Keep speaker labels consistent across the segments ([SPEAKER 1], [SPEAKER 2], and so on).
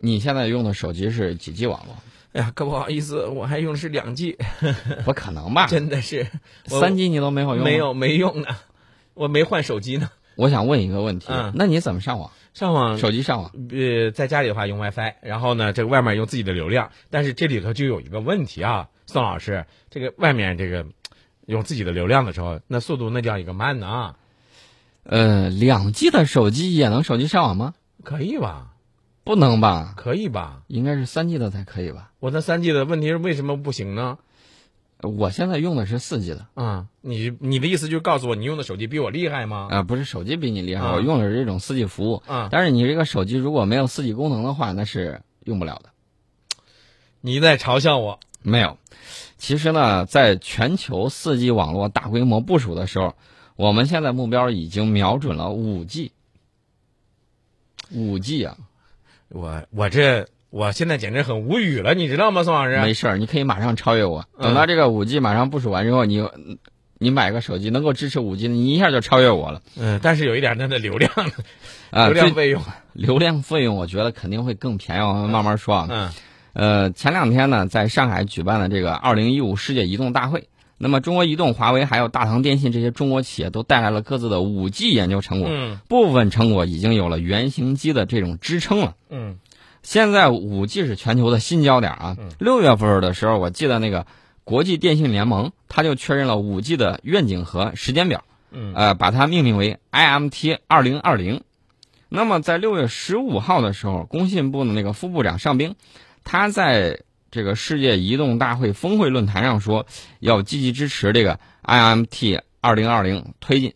[SPEAKER 1] 你现在用的手机是几 G 网络？
[SPEAKER 2] 哎呀，哥不好意思，我还用的是两 G，
[SPEAKER 1] 不可能吧？
[SPEAKER 2] 真的是我
[SPEAKER 1] 三 G 你都啊没好用？
[SPEAKER 2] 没。有没用呢，我没换手机呢。
[SPEAKER 1] 我想问一个问题，
[SPEAKER 2] 嗯
[SPEAKER 1] 那你怎么上网？
[SPEAKER 2] 上网
[SPEAKER 1] 手机上网？
[SPEAKER 2] 呃，在家里的话用 WiFi，然后呢，这个外面用自己的流量，但是这里头就有一个问题啊，宋老师，这个外面这个用自己的流量的时候，那速度那叫一个慢呢啊，
[SPEAKER 1] 呃，两 G 的手机也能手机上网吗？
[SPEAKER 2] 可以吧？
[SPEAKER 1] 不能吧？
[SPEAKER 2] 可以吧？
[SPEAKER 1] 应该是三 G 的才可以吧？
[SPEAKER 2] 我那三 G 的问题是为什么不行呢？
[SPEAKER 1] 我现在用的是四 G 的，
[SPEAKER 2] 啊、你你的意思就是告诉我，你用的手机比我厉害吗？
[SPEAKER 1] 啊、不是手机比你厉害，
[SPEAKER 2] 啊
[SPEAKER 1] 我用的是这种四 G 服务。
[SPEAKER 2] 啊、
[SPEAKER 1] 但是你这个手机如果没有四 G 功能的话，那是用不了的。
[SPEAKER 2] 你在嘲笑我？
[SPEAKER 1] 没有，其实呢，在全球四 G 网络大规模部署的时候，我们现在目标已经瞄准了五 G。五 G 啊，
[SPEAKER 2] 我我这我现在简直很无语了，你知道吗，宋老师？
[SPEAKER 1] 没事儿，你可以马上超越我。
[SPEAKER 2] 啊嗯
[SPEAKER 1] 等到这个五 G 马上部署完之后，你你买个手机能够支持五 G 的，你一下就超越我了
[SPEAKER 2] 嗯，但是有一点，那的流量
[SPEAKER 1] 啊！
[SPEAKER 2] 流量
[SPEAKER 1] 最
[SPEAKER 2] 费用，
[SPEAKER 1] 流量费用，我觉得肯定会更便宜。我们慢慢说啊。
[SPEAKER 2] 嗯
[SPEAKER 1] 呃，前两天呢，在上海举办了这个二零一五世界移动大会。那么，中国移动、华为还有大唐电信这些中国企业都带来了各自的五 G 研究成果，
[SPEAKER 2] 嗯
[SPEAKER 1] 部分成果已经有了原型机的这种支撑了。
[SPEAKER 2] 嗯
[SPEAKER 1] 现在五 G 是全球的新焦点啊！六月份的时候，我记得那个国际电信联盟，它就确认了五 G 的愿景和时间表，
[SPEAKER 2] 嗯
[SPEAKER 1] 呃，把它命名为 IMT 二零二零。那么在六月十五号的时候，工信部的那个副部长尚冰，他在这个世界移动大会峰会论坛上说，要积极支持这个 IMT 二零二零推进，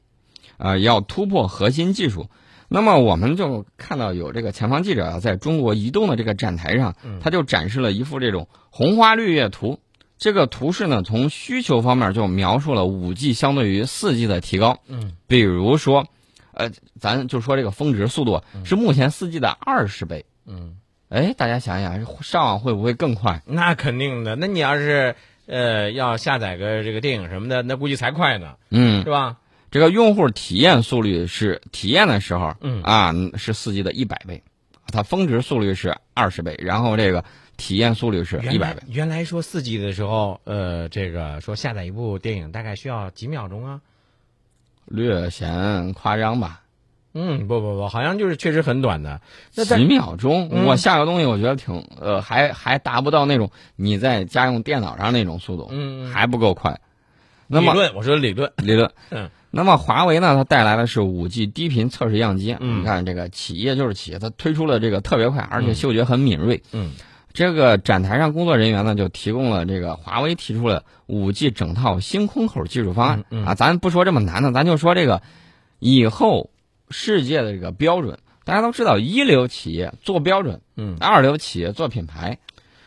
[SPEAKER 1] 呃，要突破核心技术。那么我们就看到有这个前方记者啊，在中国移动的这个展台上，他就展示了一幅这种红花绿叶图。这个图示呢，从需求方面就描述了五 G 相对于四 G 的提高。
[SPEAKER 2] 嗯
[SPEAKER 1] 比如说，呃，咱就说这个峰值速度是目前四 G 的二十倍。
[SPEAKER 2] 嗯，
[SPEAKER 1] 哎，大家想一想，上网会不会更快？
[SPEAKER 2] 那肯定的。那你要是呃要下载个这个电影什么的，那估计才快呢，
[SPEAKER 1] 嗯，
[SPEAKER 2] 是吧？
[SPEAKER 1] 这个用户体验速率是体验的时候，
[SPEAKER 2] 嗯
[SPEAKER 1] 啊是四 G 的一百倍，它峰值速率是二十倍，然后这个体验速率是一
[SPEAKER 2] 原
[SPEAKER 1] 百
[SPEAKER 2] 来
[SPEAKER 1] 倍。
[SPEAKER 2] 原来说四 G 的时候，呃，这个说下载一部电影大概需要几秒钟啊？
[SPEAKER 1] 略显夸张吧，
[SPEAKER 2] 嗯，不不不，好像就是确实很短的。那在
[SPEAKER 1] 几秒钟，
[SPEAKER 2] 嗯
[SPEAKER 1] 我下个东西，我觉得挺呃，还还达不到那种你在家用电脑上那种速度，
[SPEAKER 2] 嗯，
[SPEAKER 1] 还不够快。那
[SPEAKER 2] 理
[SPEAKER 1] 么
[SPEAKER 2] 论，我说理论，
[SPEAKER 1] 理论，
[SPEAKER 2] 嗯，
[SPEAKER 1] 那么华为呢，它带来的是五 G 低频测试样机，
[SPEAKER 2] 嗯
[SPEAKER 1] 你看这个企业就是企业，它推出了这个特别快，而且嗅觉很敏锐。
[SPEAKER 2] 嗯
[SPEAKER 1] 这个展台上工作人员呢，就提供了这个华为提出了五 G 整套新空口技术方案、
[SPEAKER 2] 嗯嗯
[SPEAKER 1] 啊，咱不说这么难的，咱就说这个以后世界的这个标准，大家都知道，一流企业做标准，
[SPEAKER 2] 嗯
[SPEAKER 1] 二流企业做品牌，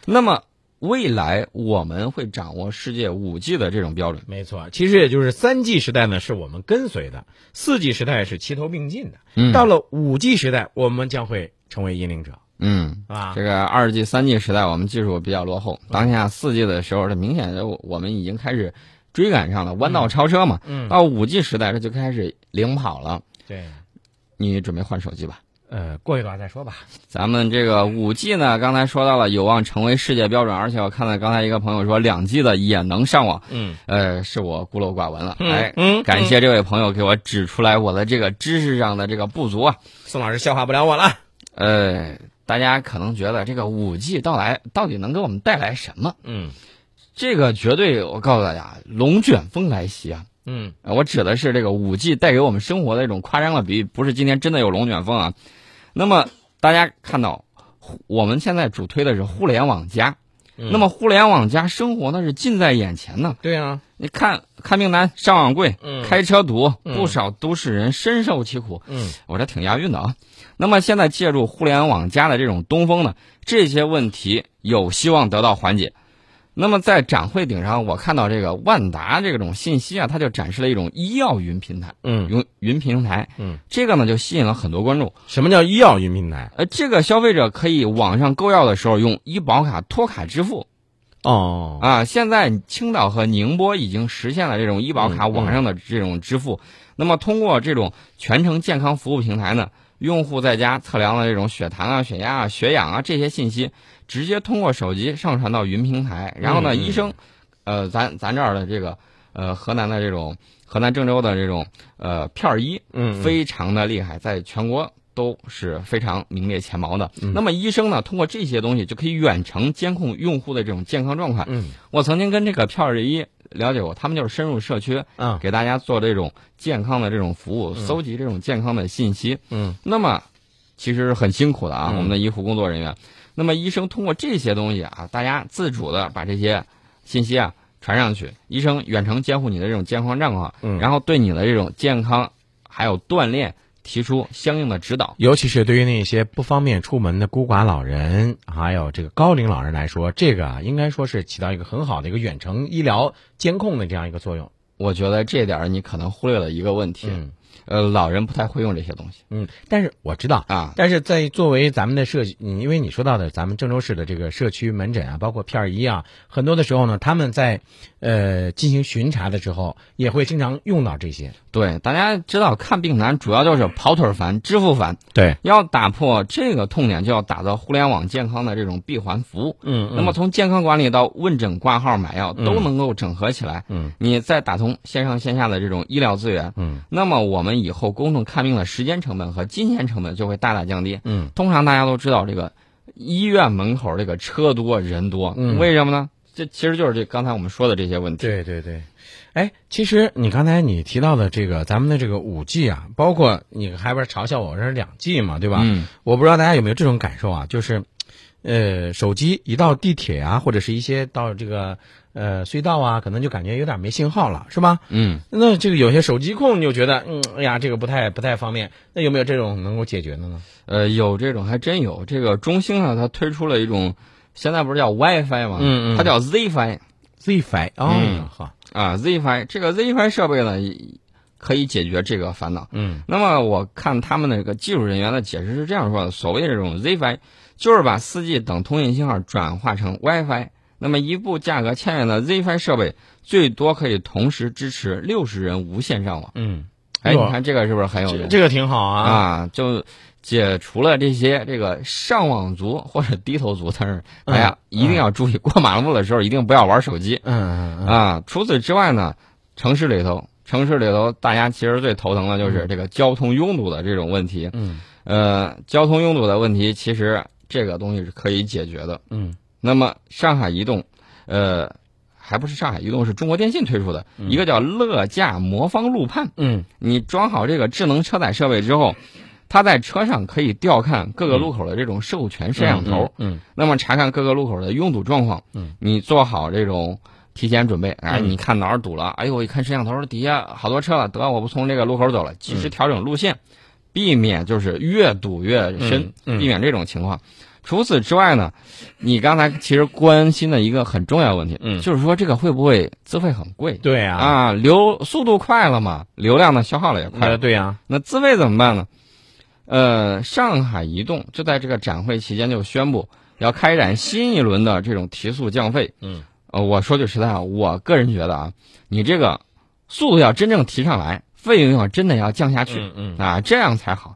[SPEAKER 1] 那么未来我们会掌握世界五 G 的这种标准。
[SPEAKER 2] 没错，其实也就是三 G 时代呢，是我们跟随的；四 G 时代是齐头并进的。
[SPEAKER 1] 嗯
[SPEAKER 2] 到了五 G 时代，我们将会成为引领者，
[SPEAKER 1] 嗯。
[SPEAKER 2] 是吧？
[SPEAKER 1] 这个二 G、三 G 时代，我们技术比较落后。当下四 G 的时候，这明显的我们已经开始追赶上了，弯道超车嘛。
[SPEAKER 2] 嗯，
[SPEAKER 1] 到五 G 时代，这就开始领跑了。
[SPEAKER 2] 对，
[SPEAKER 1] 你准备换手机吧？
[SPEAKER 2] 呃，过一段再说吧。
[SPEAKER 1] 咱们这个五 G 呢，刚才说到了有望成为世界标准，而且我看到刚才一个朋友说两 G 的也能上网，
[SPEAKER 2] 嗯，
[SPEAKER 1] 呃，是我孤陋寡闻了。哎，
[SPEAKER 2] 嗯，
[SPEAKER 1] 感谢这位朋友给我指出来我的这个知识上的这个不足啊。
[SPEAKER 2] 宋老师笑话不了我了。
[SPEAKER 1] 呃，大家可能觉得这个五 G 到来到底能给我们带来什么？
[SPEAKER 2] 嗯
[SPEAKER 1] 这个绝对，我告诉大家，龙卷风来袭啊！
[SPEAKER 2] 嗯
[SPEAKER 1] 呃我指的是这个五 G 带给我们生活的一种夸张的比喻，不是今天真的有龙卷风啊。那么大家看到，互我们现在主推的是互联网加，
[SPEAKER 2] 嗯
[SPEAKER 1] 那么互联网加生活那是近在眼前呢。
[SPEAKER 2] 对啊，
[SPEAKER 1] 你看看病难，上网贵，
[SPEAKER 2] 嗯
[SPEAKER 1] 开车堵，
[SPEAKER 2] 嗯
[SPEAKER 1] 不少都市人深受其苦。
[SPEAKER 2] 嗯
[SPEAKER 1] 我这挺押韵的啊。那么现在借助互联网加的这种东风呢，这些问题有希望得到缓解。那么在展会顶上，我看到这个万达这种信息啊，它就展示了一种医药云平台，
[SPEAKER 2] 嗯，
[SPEAKER 1] 云云平台，
[SPEAKER 2] 嗯，
[SPEAKER 1] 这个呢就吸引了很多观众。
[SPEAKER 2] 什么叫医药云平台？
[SPEAKER 1] 呃，这个消费者可以网上购药的时候用医保卡托卡支付
[SPEAKER 2] 哦，
[SPEAKER 1] 啊。现在青岛和宁波已经实现了这种医保卡
[SPEAKER 2] 嗯嗯
[SPEAKER 1] 网上的这种支付。那么通过这种全程健康服务平台呢，用户在家测量了这种血糖啊、血压啊、血氧啊这些信息，直接通过手机上传到云平台。然后呢，
[SPEAKER 2] 嗯
[SPEAKER 1] 医生，呃，咱咱这儿的这个呃河南的这种河南郑州的这种呃片儿医，
[SPEAKER 2] 嗯，
[SPEAKER 1] 非常的厉害，在全国都是非常名列前茅的。
[SPEAKER 2] 嗯
[SPEAKER 1] 那么医生呢，通过这些东西就可以远程监控用户的这种健康状况。
[SPEAKER 2] 嗯
[SPEAKER 1] 我曾经跟这个票儿医了解过，他们就是深入社区，
[SPEAKER 2] 啊
[SPEAKER 1] 给大家做这种健康的这种服务，搜集这种健康的信息。
[SPEAKER 2] 嗯
[SPEAKER 1] 那么其实是很辛苦的啊，
[SPEAKER 2] 嗯
[SPEAKER 1] 我们的医护工作人员。那么医生通过这些东西啊，大家自主的把这些信息啊传上去，医生远程监护你的这种健康状况，
[SPEAKER 2] 嗯
[SPEAKER 1] 然后对你的这种健康还有锻炼提出相应的指导。
[SPEAKER 2] 尤其是对于那些不方便出门的孤寡老人，还有这个高龄老人来说，这个啊应该说是起到一个很好的一个远程医疗监控的这样一个作用。
[SPEAKER 1] 我觉得这点儿你可能忽略了一个问题，
[SPEAKER 2] 嗯
[SPEAKER 1] 呃，老人不太会用这些东西
[SPEAKER 2] 嗯，但是我知道，
[SPEAKER 1] 啊。
[SPEAKER 2] 但是在作为咱们的社，嗯因为你说到的咱们郑州市的这个社区门诊啊，包括片儿医啊，很多的时候呢，他们在呃进行巡查的时候，也会经常用到这些。
[SPEAKER 1] 对，大家知道看病难，主要就是跑腿儿烦、支付烦。
[SPEAKER 2] 对，
[SPEAKER 1] 要打破这个痛点，就要打造互联网健康的这种闭环服务。
[SPEAKER 2] 嗯
[SPEAKER 1] 那么从健康管理到问诊、挂号、买药都能够整合起来，
[SPEAKER 2] 嗯
[SPEAKER 1] 你再打通线上线下的这种医疗资源，
[SPEAKER 2] 嗯
[SPEAKER 1] 那么我们以后公众看病的时间成本和金钱成本就会大大降低。
[SPEAKER 2] 嗯
[SPEAKER 1] 通常大家都知道，这个医院门口这个车多人多，
[SPEAKER 2] 嗯
[SPEAKER 1] 为什么呢？这其实就是这刚才我们说的这些问题。
[SPEAKER 2] 对对对，哎，其实你刚才你提到的这个咱们的这个五 G 啊，包括你还不是嘲笑我这是两 G 嘛，对吧？
[SPEAKER 1] 嗯，
[SPEAKER 2] 我不知道大家有没有这种感受啊，就是，呃，手机一到地铁啊，或者是一些到这个呃隧道啊，可能就感觉有点没信号了，是吧？
[SPEAKER 1] 嗯，
[SPEAKER 2] 那这个有些手机控你就觉得，嗯，哎呀，这个不太不太方便。那有没有这种能够解决的呢？
[SPEAKER 1] 呃，有这种还真有。这个中兴呢，它推出了一种，现在不是叫 WiFi 吗？
[SPEAKER 2] 嗯嗯
[SPEAKER 1] 它叫 ZFi。
[SPEAKER 2] ZFi 哦，
[SPEAKER 1] 嗯
[SPEAKER 2] 好，
[SPEAKER 1] 啊，ZFi 这个 ZFi 设备呢，也可以解决这个烦恼。
[SPEAKER 2] 嗯
[SPEAKER 1] 那么我看他们那个技术人员的解释是这样说的：所谓的这种 ZFi，就是把 4G 等通信信号转化成 WiFi。那么一部价格千元的 ZFi 设备，最多可以同时支持六十人无线上网。
[SPEAKER 2] 嗯，
[SPEAKER 1] 哎，
[SPEAKER 2] 哟
[SPEAKER 1] 你看这个是不是很有
[SPEAKER 2] 这
[SPEAKER 1] 用
[SPEAKER 2] 这个挺好啊。
[SPEAKER 1] 啊？就解除了这些这个上网族或者低头族，但是大家一定要注意，过马路的时候一定不要玩手机。
[SPEAKER 2] 嗯嗯嗯，
[SPEAKER 1] 啊，除此之外呢，城市里头，城市里头，大家其实最头疼的就是这个交通拥堵的这种问题。
[SPEAKER 2] 嗯，
[SPEAKER 1] 呃，交通拥堵的问题，其实这个东西是可以解决的。
[SPEAKER 2] 嗯，
[SPEAKER 1] 那么上海移动，呃，还不是上海移动，是中国电信推出的、一个叫乐驾魔方路盼。
[SPEAKER 2] 嗯
[SPEAKER 1] 你装好这个智能车载设备之后，它在车上可以调看各个路口的这种授权摄像头，
[SPEAKER 2] 嗯
[SPEAKER 1] 那么查看各个路口的拥堵状况，
[SPEAKER 2] 嗯，
[SPEAKER 1] 你做好这种提前准备。哎，
[SPEAKER 2] 嗯
[SPEAKER 1] 你看哪儿堵了？哎呦，一看摄像头底下好多车了，得我不从这个路口
[SPEAKER 2] 嗯
[SPEAKER 1] 走了，及时调整路线，避免就是越堵越深，
[SPEAKER 2] 嗯嗯
[SPEAKER 1] 避免这种情况。除此之外呢，你刚才其实关心的一个很重要问题，
[SPEAKER 2] 嗯
[SPEAKER 1] 就是说这个会不会资费很贵？
[SPEAKER 2] 对啊，
[SPEAKER 1] 啊，流速度快了嘛，流量呢消耗了也快了
[SPEAKER 2] 呃，对呀，
[SPEAKER 1] 那自费怎么办呢？呃，上海移动就在这个展会期间就宣布要开展新一轮的这种提速降费。
[SPEAKER 2] 嗯，
[SPEAKER 1] 呃，我说句实在话，我个人觉得啊，你这个速度要真正提上来，费用要真的要降下去、
[SPEAKER 2] 嗯嗯。
[SPEAKER 1] 啊，这样才好。